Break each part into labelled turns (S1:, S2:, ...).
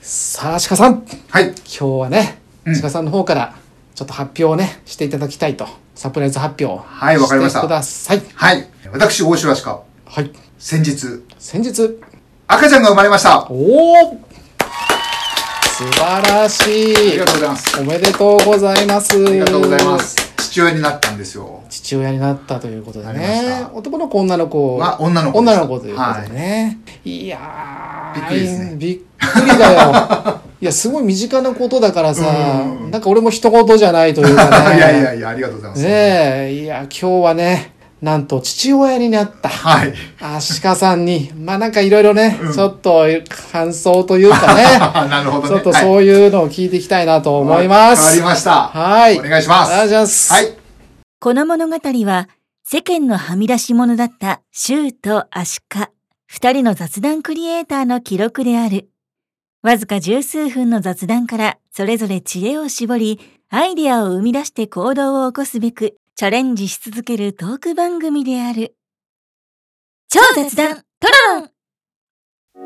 S1: さあ鹿さん今
S2: はい。
S1: 日はね、
S2: うん
S1: 鹿さんの方からちょっと発表をねしていただきたいとサプライズ発表を
S2: はいわかりました
S1: てください
S2: はい。私、大城しか、
S1: はい
S2: 先日、
S1: 先日
S2: 赤ちゃんが生まれました。あ
S1: おお素晴らし
S2: り
S1: い
S2: がとうございます。
S1: おめでとうございます
S2: ありがとうございます。父親になったんですよ。
S1: 父親になったということで
S2: なりまし
S1: ね
S2: た
S1: 男の子女の子
S2: は女の子で
S1: 女
S2: した
S1: の子ということでね、い、やー
S2: びっくりですね
S1: びっくりだ よいやすごい身近なことだからさ
S2: うん
S1: なんか俺も一言じゃないというかね
S2: いやいやいや、ありがとうございます。
S1: ねえいや今日はねなんと父親になった
S2: はい。
S1: あ鹿さんにまあなんかいろいろね、
S2: うん
S1: ちょっと感想というか ね
S2: なるほどね。
S1: ちょっと
S2: う
S1: そういうのを聞いていきたいなと思います、
S2: わかりました。
S1: はい
S2: お願いします。
S1: お願いします
S2: はい。
S3: この物語は世間のはみ出し者だったシューとアシカ、二人の雑談クリエイターの記録である。わずか十数分の雑談からそれぞれ知恵を絞り、アイデアを生み出して行動を起こすべくチャレンジし続けるトーク番組である。超雑談トロロン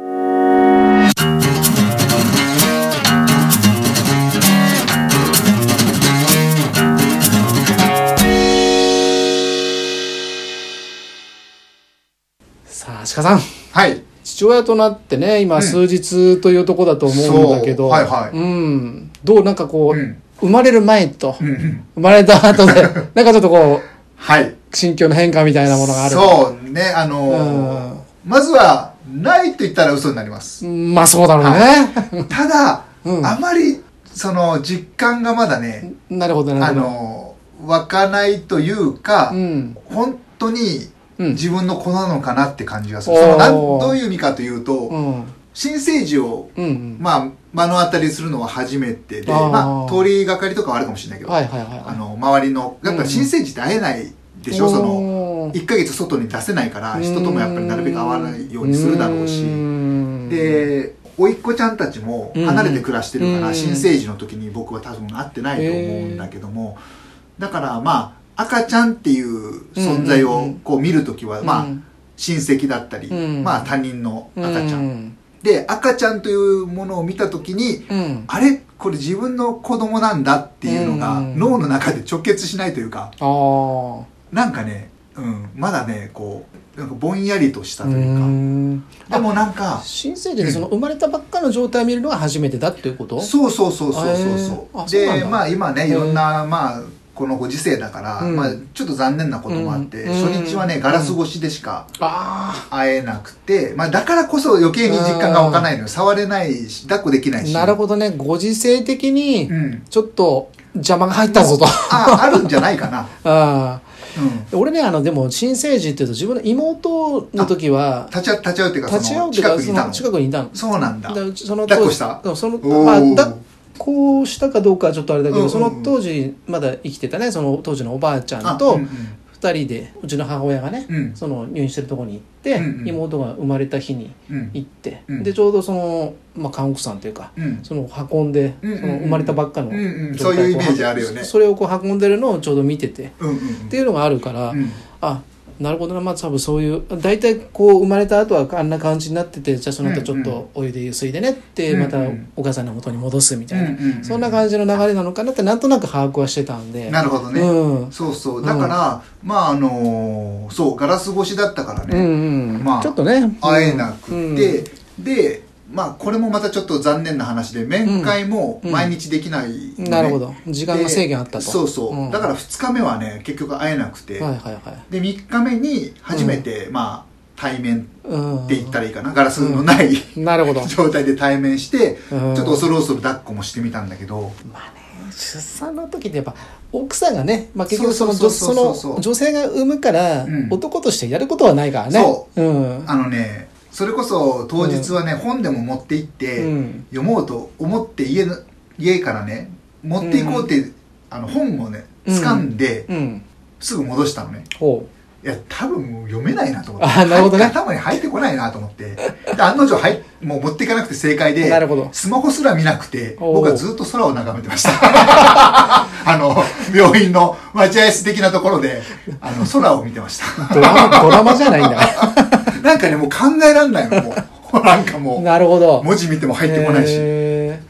S1: さあ鹿さん
S2: はい。
S1: 父親となってね今
S2: ん
S1: 数日というとこだと思うんだけど、
S2: そうはいはい
S1: うん、どうなんかこう、
S2: うん
S1: 生まれる前と
S2: うんうん。
S1: 生まれた後で なんかちょっとこ
S2: はい。
S1: う心境の変化みたいなものがある
S2: そうね、あのーまずは、ないと言ったら嘘になります。
S1: うんまあそうだろうね、
S2: ただ、
S1: うん
S2: あまり、その、実感がまだね、
S1: なるほどな
S2: あ
S1: るほど
S2: のー湧かないというか、
S1: うん
S2: 本当に
S1: うん
S2: 自分の子なのかなって感じがする。
S1: おー
S2: そのなんどういう意味かというと、
S1: うん
S2: 新生児を、
S1: うんうん
S2: まあ、目の当たりするのは初めてで、
S1: あー
S2: まあ、通りがかりとかはあるかもしれないけど、
S1: はいはい
S2: あ
S1: は
S2: の、周りの、やっぱ新生児って会えない
S1: い
S2: でしょ、その、
S1: の
S2: 1ヶ月外に出せないから、人ともやっぱりなるべく会わないようにするだろうし、で、甥っ子ちゃんたちも離れて暮らしてるか
S1: う
S2: ら、
S1: ん
S2: 新生児の時に僕は多分会ってないと思うんだけども、だからまあ、赤ちゃんっていう存在をこう見るときは、まあ、親戚だったり、
S1: うん
S2: まあ他人の赤ちゃん。
S1: ん
S2: で、赤ちゃんというものを見たときに、
S1: うん
S2: あれこれ自分の子供なんだっていうのが、
S1: うん
S2: 脳の中で直結しないというか、
S1: ああ
S2: なんかね、うん、まだね、こう、なんかぼんやりとした
S1: う
S2: という
S1: ーん
S2: か、でもなんか、
S1: 新生児でその生まれたばっかの状態を見るのが初めてだっていうこと
S2: そうそうそうそうそう
S1: へーあ
S2: そう。
S1: そうなん
S2: で、
S1: だ
S2: まあ今ね、
S1: ん
S2: いろんな、まあ、このご時世だから、
S1: うん
S2: まあちょっと残念なこともあって、
S1: うん
S2: 初日はね、ガラス越しでしか、
S1: あ
S2: 会えなくて、まあ、だからこそ余計に実感が湧かないのよ触れないし抱っこできない
S1: あ
S2: し
S1: なるほどねご時世的に
S2: うん、
S1: ちょっと邪魔が入ったぞと
S2: ああるんじゃないかな、
S1: ああ
S2: うん、
S1: 俺ねあのでも新生児っていうと自分の妹の時は
S2: 立ち会う立ち会うっていうか
S1: 立ち会うってい
S2: その近
S1: うかそ
S2: くにいた
S1: の
S2: の
S1: 近くにいたの
S2: そうなんだ
S1: だからその
S2: 抱っこした
S1: 当時その
S2: おー
S1: まあ抱っこしたかどうかはちょっとあれだけど、
S2: うんうんうん
S1: その当時まだ生きてたねその当時のおばあちゃん
S2: う
S1: と
S2: ん
S1: 2人でうちの母親がね、
S2: うん
S1: その入院してるとこに行って、
S2: うんうん
S1: 妹が生まれた日に
S2: うんうん
S1: 行って、
S2: うん
S1: でちょうどその、まあ、看護婦さんというか
S2: うん
S1: その運んで、
S2: うんうんうん
S1: その生まれたばっかの
S2: うんうん
S1: 状
S2: そうい
S1: 態
S2: うイメージあるよね
S1: そそれをこう運んでるのをちょうど見ててっ
S2: うんうん
S1: ていうのがあるから、
S2: うん
S1: あなるほどなまあ多分そういう大体こう生まれた後はあんな感じになっててじゃあその後ちょっ
S2: うんう
S1: とお湯でゆすいでねって
S2: うんうん
S1: またお母さんの元に戻すみたいな、
S2: うんうん
S1: そんな感じの流れなのかなってなんとなく把握はしてたんで
S2: なるほどね、
S1: うん
S2: そうそうだから、まああのーそうガラス越しだったから
S1: う
S2: ね、
S1: んうん、
S2: まあ
S1: ちょっとね
S2: 会えなく
S1: うん
S2: て、でまあこれもまたちょっと残念な話で面会も
S1: うん
S2: 毎日できないのね、
S1: なるほど時間が制限あったと
S2: でそうそう、
S1: ん
S2: だから2日目はね結局会えなくて、
S1: はいはいはい
S2: で3日目に初めて、まあ対面
S1: うん
S2: って言ったらいいかな、ガラスのない、
S1: なるほど
S2: 状態で対面して、
S1: うん
S2: ちょっと恐る恐る抱っこもしてみたんだけど、
S1: 出産の時ってやっぱ奥さんがね、まあ、結局その
S2: そう
S1: 女
S2: そう
S1: そ
S2: そうそう
S1: の女性が産むから、
S2: うん
S1: 男としてやることはないからね、
S2: そう
S1: ん、
S2: あのねそれこそ当日はね、本でも持って行って、
S1: うん
S2: 読もうと思って家の家からね持って行こうって、あの本をね掴んで、
S1: うん
S2: すぐ戻したのね
S1: ほう
S2: いや多分もう読めないなと思って
S1: あなるほどね
S2: 入って頭に入ってこないなと思ってで案の定入っもう持っていかなくて正解で
S1: なるほど
S2: スマホすら見なくて
S1: おう
S2: 僕はずっと空を眺めて ましたあの病院の待合室的なところであの空を見てました
S1: ドラ マドラマじゃ ないんだ
S2: なんかねもう考えらんないのもうなんかも
S1: なるほ
S2: う
S1: ど
S2: 文字見ても入ってこないし、
S1: へ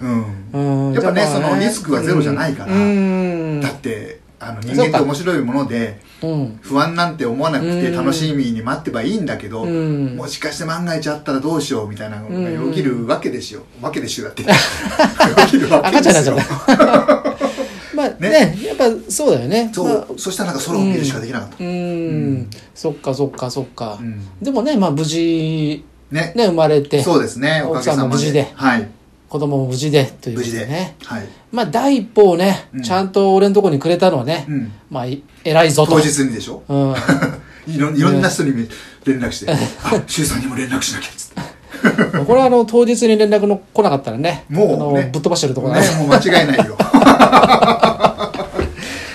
S2: ぱねそのリスクはゼロじゃないから
S1: うん
S2: だってあの人間って面白いもので
S1: うん
S2: 不安なんて思わなく
S1: う
S2: て
S1: ん
S2: 楽しみに待ってばいいんだけど、
S1: うん
S2: もしかして万が一あったらどうしようみたいなのが
S1: うん
S2: よぎるわけですよ、わけですよだって よぎるわけ
S1: 赤ち
S2: で
S1: ゃんになっ
S2: す
S1: ちゃ
S2: よ
S1: った まあねやっぱそうだよね
S2: そ
S1: まあ
S2: うそしたらなんか空を見るしかできなかった、
S1: う
S2: うんん
S1: そっかそっかそっか
S2: うん
S1: でもねまあ無事
S2: ね
S1: ね生まれて
S2: そうですねおかげさま
S1: 奥
S2: で
S1: さんも無事で
S2: はい
S1: 子供も無事でというこ
S2: 無
S1: と
S2: 事
S1: で
S2: で、
S1: ね
S2: はい、
S1: まあ第一歩をね
S2: うん
S1: ちゃんと俺のとこにくれたのはね
S2: うん、
S1: まあい偉いぞと
S2: 当日にでしょ
S1: うん
S2: いろいろんな人にめ連絡 して「あ周さんにも連絡しなきゃ」っつって
S1: これはあの当日に連絡の来なかったらね
S2: もう
S1: あのぶ
S2: ね
S1: っ飛ばしてるところだね
S2: ねもう間違いないよ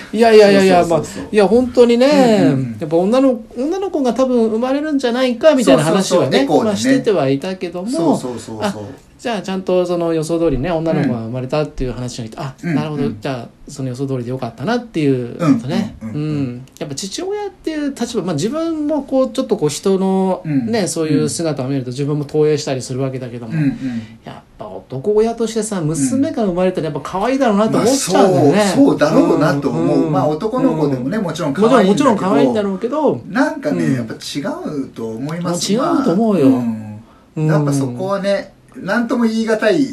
S1: いやいやいやいや、
S2: そ
S1: まあ
S2: うそうそうそう、
S1: いや、本当にね、
S2: うんうんうん
S1: やっぱ女の女の子が多分生まれるんじゃないかみたいな話は
S2: そうそうそう
S1: ね、
S2: エコーでね
S1: まあ、しててはいたけども、
S2: そうそうそうそう
S1: じゃあ、ちゃんとその予想通りね、女の子が生まれたっていう話になって、あ、
S2: うん
S1: なるほど、
S2: うん
S1: じゃあ、その予想通りでよかったなっていう
S2: うん
S1: ことね、
S2: う
S1: うんん
S2: うんうん
S1: やっぱ父親っていう立場、まあ、自分もこう、ちょっとこう、人のね、
S2: うん
S1: そういう姿を見ると、自分も投影したりするわけだけども、
S2: うんうん
S1: やっぱ男親としてさ娘が生まれたらやっぱ可愛いだろうなと思っちゃうんだよね、
S2: まあそうそうだろうなと思う、
S1: んん
S2: まあ男の子でもねもちろん
S1: もち
S2: 可
S1: ろん
S2: 愛い
S1: も
S2: んだ
S1: ち
S2: けど
S1: ろん可愛いんだろうけど、
S2: なんかね、
S1: うん
S2: やっぱ違うと思います
S1: もう違うと思うよ
S2: ん
S1: うん
S2: やっぱそこはねなんとも言い難い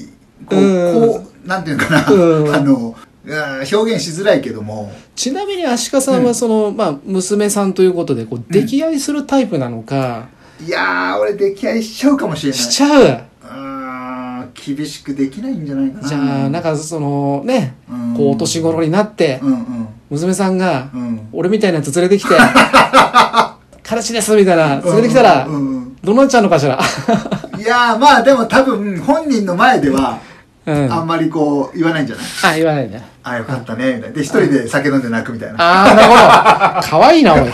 S2: こう,、
S1: うん
S2: こうなんていうのかな、
S1: うん
S2: あのうん表現しづらいけども
S1: ちなみに足利さん
S2: う
S1: は
S2: ん
S1: その、まあ、娘さんということでこう溺愛するタイプなのか、
S2: いやー俺溺愛しちゃうかもしれない
S1: しちゃう
S2: うーん厳しくできないんじゃないかな
S1: じゃあなんかそのね
S2: うん
S1: こうお年頃になって
S2: うんうん
S1: 娘さんが
S2: うん
S1: 俺みたいなやつ連れて きて「彼氏です」みたいな連れてきたら
S2: うんうん
S1: どうなっちゃうのか しら、
S2: うんいやーまあでも多分本人の前では
S1: うん、
S2: あん
S1: あ
S2: まりこう言わないんじゃない
S1: 言わないね
S2: あよかったねみたいなで一人で酒飲んで泣くみたいな
S1: ああ、なるほど。かわいいな、おい。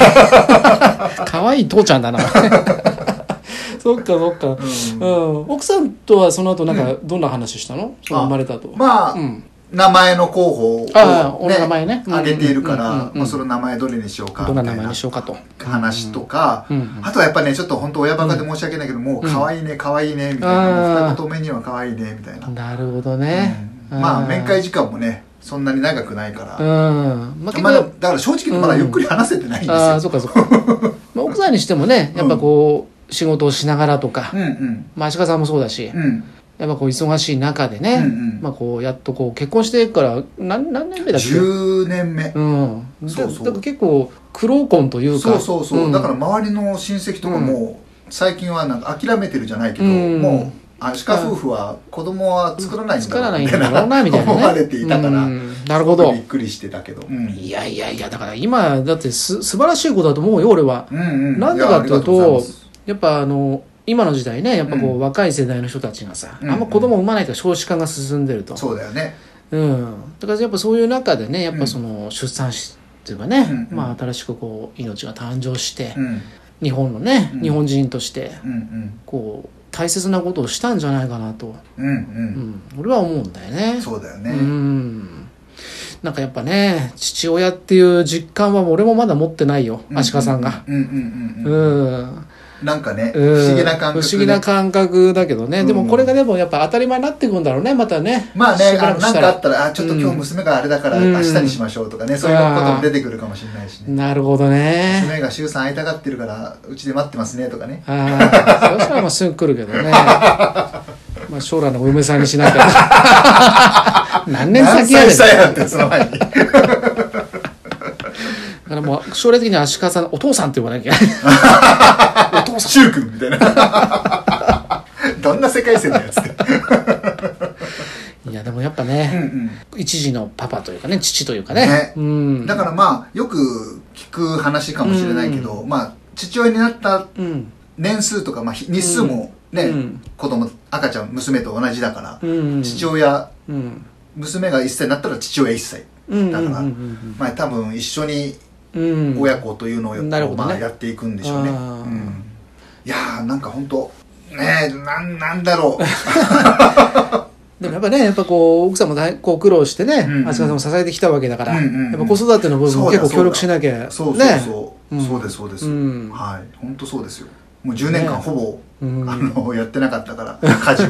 S1: かわいい父ちゃんだな、おい そっか、そっか。
S2: うん
S1: うん。奥さんとはその後、なんか、どんな話したのその生まれた後。
S2: まあ、
S1: うん。
S2: 名前の候補を、ね、
S1: ああお名前ねうん
S2: 挙げているから、
S1: うんうんうん
S2: まあ、その名前どれにしようか
S1: どんな
S2: みた
S1: 名
S2: い
S1: 前
S2: な
S1: にしようかと。
S2: 話とか、
S1: うんうん
S2: あとはやっぱねちょっと本当親バカで申し訳ないけど、もう可愛いね可愛いねみたいな、
S1: あー
S2: 二言目には可愛いねみたいな、
S1: なるほどね。
S2: うんまあ面会
S1: 時
S2: 時間もねそんなに長くないか
S1: う
S2: ら、
S1: ん。まあ、結
S2: まあ、だ
S1: 構、
S2: から正直まだゆっくり話せてないんです
S1: ああ、
S2: よ、
S1: そっか、そっか。 まあ、奥さんにしてもね、やっぱこう、仕事をしながらとか
S2: うん、、うん
S1: まあ、足利さんもそうだし、
S2: うん
S1: やっぱこう、忙しい中でね
S2: うんうん、
S1: まあ、こう、やっとこう、結婚してから、何、何年目だっけ
S2: 10年目、
S1: うん、
S2: そうそ
S1: だ
S2: う
S1: だから結構苦労婚というか
S2: そうそうそう、
S1: ん
S2: だから周りの親戚とかも、最近はなんか諦めてるじゃないけど、
S1: うん
S2: もうあ鹿夫婦は子供は作らないんだ
S1: 作
S2: ろ
S1: ら
S2: う
S1: ないんだろうな みたいな、ね、
S2: 思われていたから、
S1: うんなるほど
S2: びっくりしてたけど、うん、
S1: いやいやいやだから今だってす素晴らしいことだと思うよ俺は
S2: うんうん
S1: なんでかっていうと
S2: やありがござます
S1: やっぱあの今の時代ねやっぱこう、
S2: うん
S1: 若い世代の人たちがさ、
S2: うん
S1: あんま子供を産まないから少子化が進んでると
S2: そうだよね
S1: うん、だからやっぱそういう中でねやっぱその出産しっていうかね、
S2: うんうん
S1: まあ、新しくこう命が誕生して、
S2: うんうん
S1: 日本のね、
S2: うん
S1: 日本人として
S2: うん
S1: こう大切なことをしたんじゃないかなと、
S2: うん
S1: う
S2: うん
S1: ん、俺は思うんだよね。
S2: そうだよね、
S1: うんなんかやっぱね父親っていう実感は俺もまだ持ってないよ足利さんが。
S2: うんうん
S1: う
S2: うんうん、
S1: ん
S2: なんかね、
S1: うん
S2: 不思議な感覚、ね、
S1: 不思議な感覚だけどね、で
S2: う
S1: も
S2: ん
S1: これがでもやっぱ当たり前になってくんだろうねまたね
S2: まあね、
S1: しば
S2: あ
S1: ら
S2: の
S1: く
S2: な
S1: し
S2: ん
S1: た
S2: からあったら、あ、ちょっと今日娘があれだから、
S1: うん
S2: 明日にしましょうとかね、そういうことも出てくるかもしれないしね。
S1: なるほど ね
S2: 娘が周さん会いたがってるから、うちで待ってますねとかね。
S1: ああそしたらまあすぐ来るけど ねまあ将来のお嫁さんにしなきゃ何年先やね
S2: 何歳
S1: ん
S2: した
S1: だ
S2: やんって、その前 に。
S1: からもう将来的には足利さんのお父さんって呼ばな きゃいけない
S2: 周君みたいな。どんな 世界線だよ、つって。
S1: いやでもやっぱね、
S2: うん
S1: 一時のパパというかね父というかね
S2: ね
S1: うん
S2: うん。だからまあ、よく聞く話かもしれないけど、まあ、父親になった
S1: うん
S2: 年数とか、まあ、日日数もね、
S1: うん
S2: 子供、赤ちゃん、娘と同じだから、
S1: うん
S2: 父親、
S1: うん
S2: 娘が1歳になったら父親1歳。
S1: うん
S2: だから
S1: うん
S2: まあ、多分一緒に
S1: うんうん
S2: 親子というのを、
S1: なるほどね
S2: まあ、やっていくんでしょうね。
S1: あ
S2: う
S1: ー
S2: ん、いやーなんか本当ねえなんなんだろ う
S1: でもやっぱねやっぱこう奥さんも大こう苦労してね
S2: うんうん
S1: 足利さんも支えてきたわけだから
S2: うんうんうん
S1: やっぱ子育ての部分
S2: そうだ
S1: 結構
S2: そうだ
S1: 協力しなきゃ
S2: そうそうそう、
S1: ねうん
S2: そうですそうです、
S1: うん
S2: はい本当そうですよもう10年間
S1: ね
S2: ほぼ、
S1: うん
S2: あのやってなかったから家事を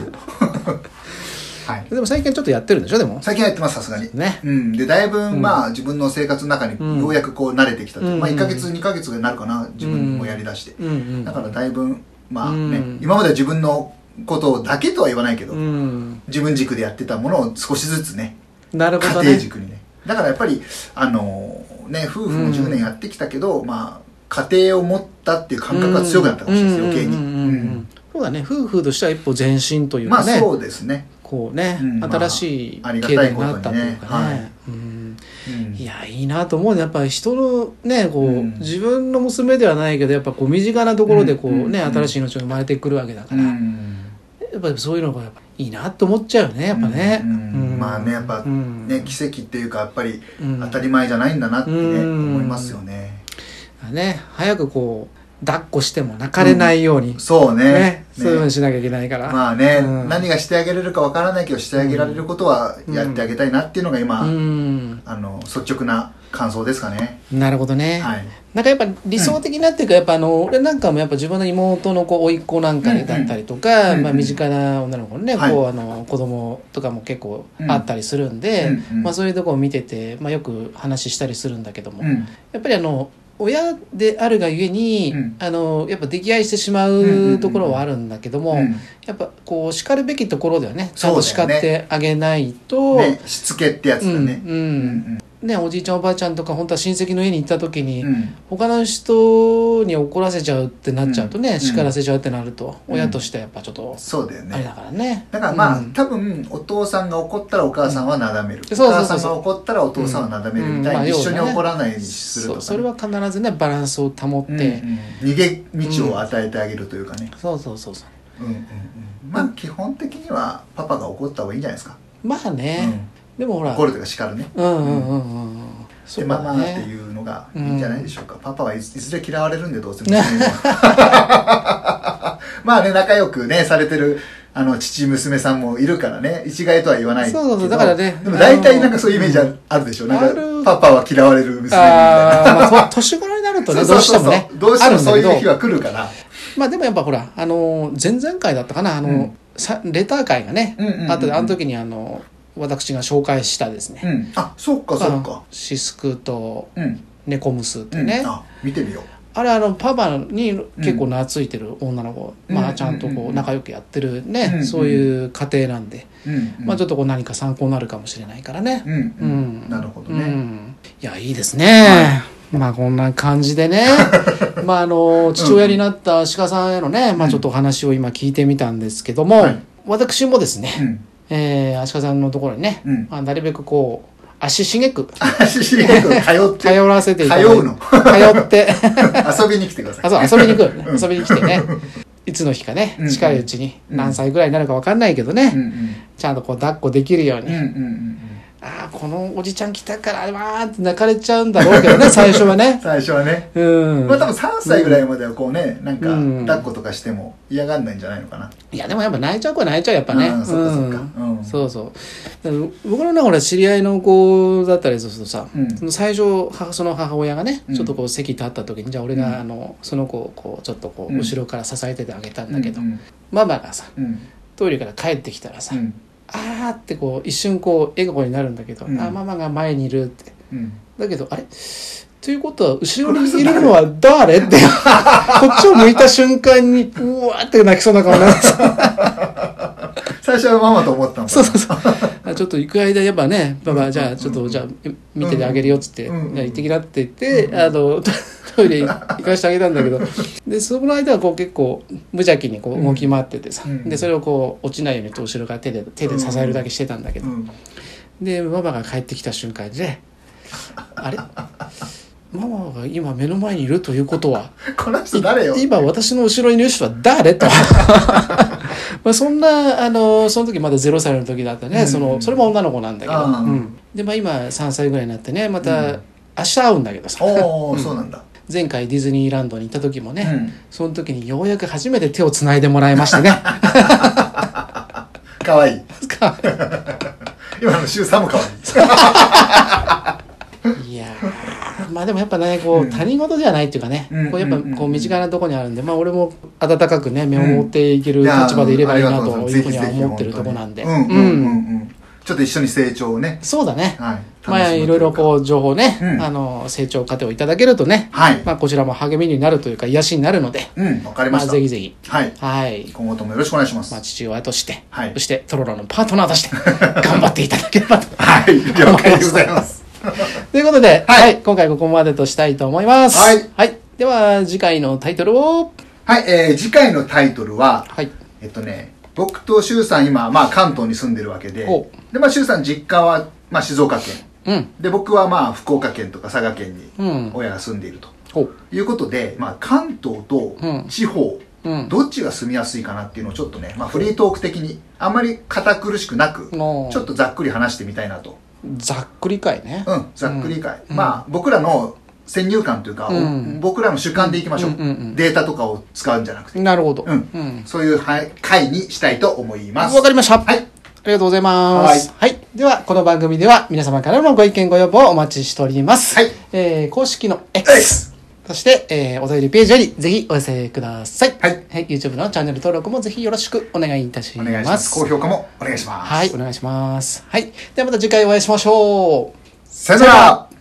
S2: はい、
S1: でも最近ちょっとやってるんでしょでも
S2: 最近はやってますさすがに
S1: ね
S2: うん、でだいぶ、
S1: ん
S2: まあ自分の生活の中
S1: うん
S2: にようやくこう慣れてきたという、
S1: うん
S2: まあ、1か月2か月になるかな自分もやりだして、
S1: うんうん
S2: だからだいぶまあね、
S1: うん
S2: 今までは自分のことだけとは言わないけど、
S1: うん
S2: 自分軸でやってたものを少しずつね
S1: なる
S2: 家
S1: ほど
S2: 庭
S1: ね
S2: 軸にねだからやっぱりあのーね夫婦も10年やってきたけど、まあ家庭を持ったっていう感覚が強くなったかもしれないです、余計に、
S1: うんうんうんうん
S2: うん
S1: そうだね夫婦としては一歩前進という
S2: まあ
S1: かね、
S2: そうですね、
S1: こうね、
S2: うんまあ
S1: 新しい
S2: ありが
S1: 経
S2: た
S1: 済
S2: い
S1: に
S2: ことにね
S1: なったというかね
S2: はい
S1: うん
S2: うん
S1: いやいいなと思うねやっぱり人のねこう、
S2: うん
S1: 自分の娘ではないけどやっぱこう身近なところでこう、
S2: うん
S1: ね、
S2: うん
S1: 新しい命が生まれてくるわけだから、
S2: うん
S1: やっぱりそういうのがやっぱいいなと思っちゃうよねやっぱね、
S2: うんうんまあねやっぱ
S1: うん
S2: ね、奇跡っていうかやっぱり
S1: うん
S2: 当たり前じゃないんだなってね、
S1: うん
S2: 思いますよね
S1: ね早くこう抱っこしても泣かれないように、
S2: そうね
S1: ね
S2: ね
S1: そういうふうにしなきゃいけないから、
S2: まあね、
S1: うん
S2: 何がしてあげれるかわからないけどしてあげられることはやってあげたいなっていうのが今、
S1: うん
S2: あの率直な感想ですかね、
S1: なるほどね、
S2: はい
S1: なんかやっぱ理想的なっていうか、やっぱあの俺なんかもやっぱ自分の妹のこう甥っ子なんかにだったりとか、
S2: うんうん
S1: まあ、身近な女の子のね、
S2: はい
S1: こうあの子供とかも結構あったりするんで、
S2: うんうん
S1: まあ、そういうとこを見てて、まあ、よく話したりするんだけども、
S2: う
S1: や
S2: ん
S1: っぱりあの親であるがゆえに、
S2: うん
S1: あのやっぱ溺愛してしま
S2: んうんう
S1: うんところはあるんだけども、
S2: うん
S1: やっぱこう叱るべきところではねちゃんと叱
S2: そう
S1: っ
S2: だよね
S1: てあげないと、
S2: ね、しつけってやつ
S1: うん
S2: だね、
S1: う
S2: うんん
S1: ね、おじいちゃんおばあちゃんとか本当は親戚の家に行った時に、
S2: うんうん
S1: 他の人に怒らせちゃうってなっちゃうとね、
S2: うん
S1: 叱らせちゃうってなると、
S2: うん
S1: 親としてはやっぱちょっと
S2: そうだよ
S1: あれ
S2: ね
S1: だからね
S2: だからまあ、
S1: うん
S2: 多分お父さんが怒ったらお母さんはなだめる、
S1: んそうそ
S2: お
S1: う
S2: 母
S1: そ
S2: さ
S1: うんそう
S2: が怒ったらお父さんはなだめるみたいに、
S1: うんまあ
S2: 一緒に
S1: 要はね
S2: 怒らないようにすると
S1: そ
S2: か、
S1: う
S2: ね、
S1: それは必ずねバランスを保って、
S2: うんうん逃げ道を与えてあげるというかね、
S1: そうそうそうそう
S2: うんうんうんまあ基本的にはパパが怒った方がいいんじゃないですか、
S1: まあね、でもほ
S2: うん、
S1: ら
S2: 怒るというか叱るね
S1: うんうんうんうんうんそ
S2: で
S1: う
S2: マ
S1: だ
S2: マって
S1: ね
S2: いうのがいいんじゃないでしょうか、パパはいずいずれ嫌われるんでどうせもまあね仲良くねされてるあの父娘さんもいるからね一概とは言わないけど
S1: そうそうそうだからね
S2: でも大体なんかそういうイメージああるでしょ、
S1: うん
S2: なん
S1: ある
S2: かパパは嫌われる娘みたいな
S1: あーまあと 年頃になるとねどうしてもね
S2: どうしてもそう
S1: あ
S2: い
S1: る
S2: うん日
S1: だ
S2: は来るから
S1: けどまあでもやっぱほらあの前々回だったかなあの、
S2: うん
S1: さレター会がね、
S2: うんうんうんうん
S1: あとあの時にあの私が紹介したですね、
S2: うんあそっかそっ
S1: あ
S2: か
S1: のシスクと
S2: うん、
S1: ネコムスって
S2: うん
S1: ね、
S2: あ見てみよう
S1: あれあのパパに結構懐いてる女の子、
S2: うん
S1: まあちゃんとこう仲良くやってるね、
S2: うん
S1: そういう家庭なんで、
S2: うんうん
S1: まあちょっとこう何か参考になるかもしれないからね
S2: うん、う
S1: うんん
S2: なるほど
S1: う
S2: ね、
S1: んいやいいですね、まあこんな感じでね まああの父親になった鹿さんへのね、まあちょっとお話を今聞いてみたんですけども、
S2: はい
S1: 私もですね、
S2: うん
S1: えー、鹿さんのところにね、
S2: うん
S1: まあ、なるべくこう足しげく
S2: 足しげく通って
S1: 頼らせていただいて
S2: 通うの
S1: 通 って
S2: 遊びに来てください
S1: あそう遊びに行く遊びに来て ねいつの日かね
S2: うん
S1: 近いうちに
S2: うん
S1: 何歳ぐらいになるか分かんないけどね、
S2: うんうん
S1: ちゃんとこう抱っこできるように、
S2: うんうんう
S1: あ
S2: ん
S1: あこのおじちゃん来たからわーって泣かれちゃうんだろうけど ね最初はね
S2: 最初はね
S1: うん、
S2: まあ多分3歳ぐらいまではこうねなんか
S1: うん
S2: 抱っことかしても嫌がんないんじゃないのかな、
S1: いやでもやっぱ泣いちゃう子は泣いちゃうやっぱね
S2: あーそっかそっか
S1: うん
S2: うん
S1: そうそうだから僕のねほら知り合いの子だったりするとさ、
S2: うん
S1: その最初母その母親がね
S2: うん
S1: ちょっとこう席立った時に、じゃあ俺が、
S2: うん
S1: あのその子をこうちょっとこう
S2: うん
S1: 後ろから支えててあげたんだけど、
S2: うん
S1: ママがさ
S2: うん
S1: トイレから帰ってきたらさ、
S2: うん
S1: あーってこう一瞬こう笑顔になるんだけど、
S2: うん
S1: あーママが前にいるって
S2: うん
S1: だけどあれということは後ろにいるのは誰って こっちを向いた瞬間にうわーって泣きそうな顔 になる
S2: 最初はママと思ったもん
S1: そうそうそうあちょっと行く間やっぱねパパじゃあちょっとじゃあ見ててあげるよっつって、
S2: うん
S1: じゃあ行ってきなって言って、あの トトイレ行かしてあげたんだけどでその間はこう結構無邪気にこう動き回っててさ、
S2: うん
S1: でそれをこう落ちないように後ろから手で手で支えるだけしてたんだけど、
S2: うん
S1: でママが帰ってきた瞬間にねあれママが今目の前にいるということは
S2: この人誰よ
S1: 今私の後ろにいる人は誰 とまあそんなあのその時まだ0歳の時だったね、
S2: うん
S1: そのそれも女の子なんだけど、
S2: あー
S1: うんで、まあ、今3歳ぐらいになってねまた、
S2: うん
S1: 明日会うんだけどさ
S2: おおそうなんだ
S1: 前回ディズニーランドに行った時もね、
S2: うん
S1: その時にようやく初めて手をつないでもらいましてね
S2: かわいい
S1: か
S2: 今の週3もかわいい
S1: いやーまあでもやっぱねこう他人事ではないっていうかね、
S2: うん
S1: こうやっぱ
S2: うん
S1: こう身近なとこにあるんで、まあ、俺も温かくね、目を持っていける
S2: いや
S1: 立場でいればいいな
S2: ありが
S1: と
S2: ござ
S1: いうふう
S2: ます
S1: には
S2: ぜひぜひ
S1: 思ってるとこなんで。
S2: 本当にうんうんうんうんちょっと一緒に成長をね、
S1: そうだね。
S2: はい、
S1: まあ、いろいろこう、情報ね、
S2: うん
S1: あの、成長過程をいただけるとね、
S2: はい
S1: まあ、こちらも励みになるというか、癒しになるので、
S2: うんわかり
S1: ま
S2: ま
S1: あ、
S2: した、
S1: ぜひぜひ、
S2: はい
S1: はい。
S2: 今後ともよろしくお願いします、
S1: まあ、父親として、
S2: はい
S1: そして、トロロのパートナーと して、頑張っていただければと。
S2: はい了解でござ います
S1: ということで、は、
S2: はいい
S1: 今回ここまでとしたいと思います。
S2: はい。
S1: では、次回のタイトルを、
S2: はい、えー次回のタイトルは
S1: はい。
S2: えっとね僕と周さん今、まあ、関東に住んでるわけで
S1: お
S2: で、まあ、周さん実家は、まあ、静岡県
S1: うん。
S2: で僕はまあ福岡県とか佐賀県に
S1: うん
S2: 親が住んでいると、
S1: ほう。
S2: いうことで、まあ、関東と
S1: うん
S2: 地方、
S1: うん
S2: どっちが住みやすいかなっていうのをちょっとね、まあ、フリートーク的にあんまり堅苦しくなくち
S1: おー
S2: ょっとざっくり話してみたいなと、
S1: ざっくりかいね。
S2: うん、ざっくり解、
S1: うん
S2: まあ僕らの先入観というか、
S1: うん
S2: 僕らの主観でいきましょう,、
S1: うんうんうん
S2: データとかを使うんじゃなくて、
S1: なるほど。
S2: うん
S1: うん。
S2: そういうはい回にしたいと思います
S1: わかりました。
S2: はい
S1: ありがとうございます。はい。では、この番組では皆様からのご意見ご要望をお待ちしております。
S2: はい
S1: えー、公式の X
S2: X。
S1: そして、えー、お便りページよりぜひお寄せください。
S2: はい。
S1: YouTube のチャンネル登録もぜひよろしくお願いいたし
S2: お
S1: ます。
S2: 願いします高評価もお願いします、
S1: はい、お願いします。はい。ではまた次回お会いしましょう。
S2: さよなら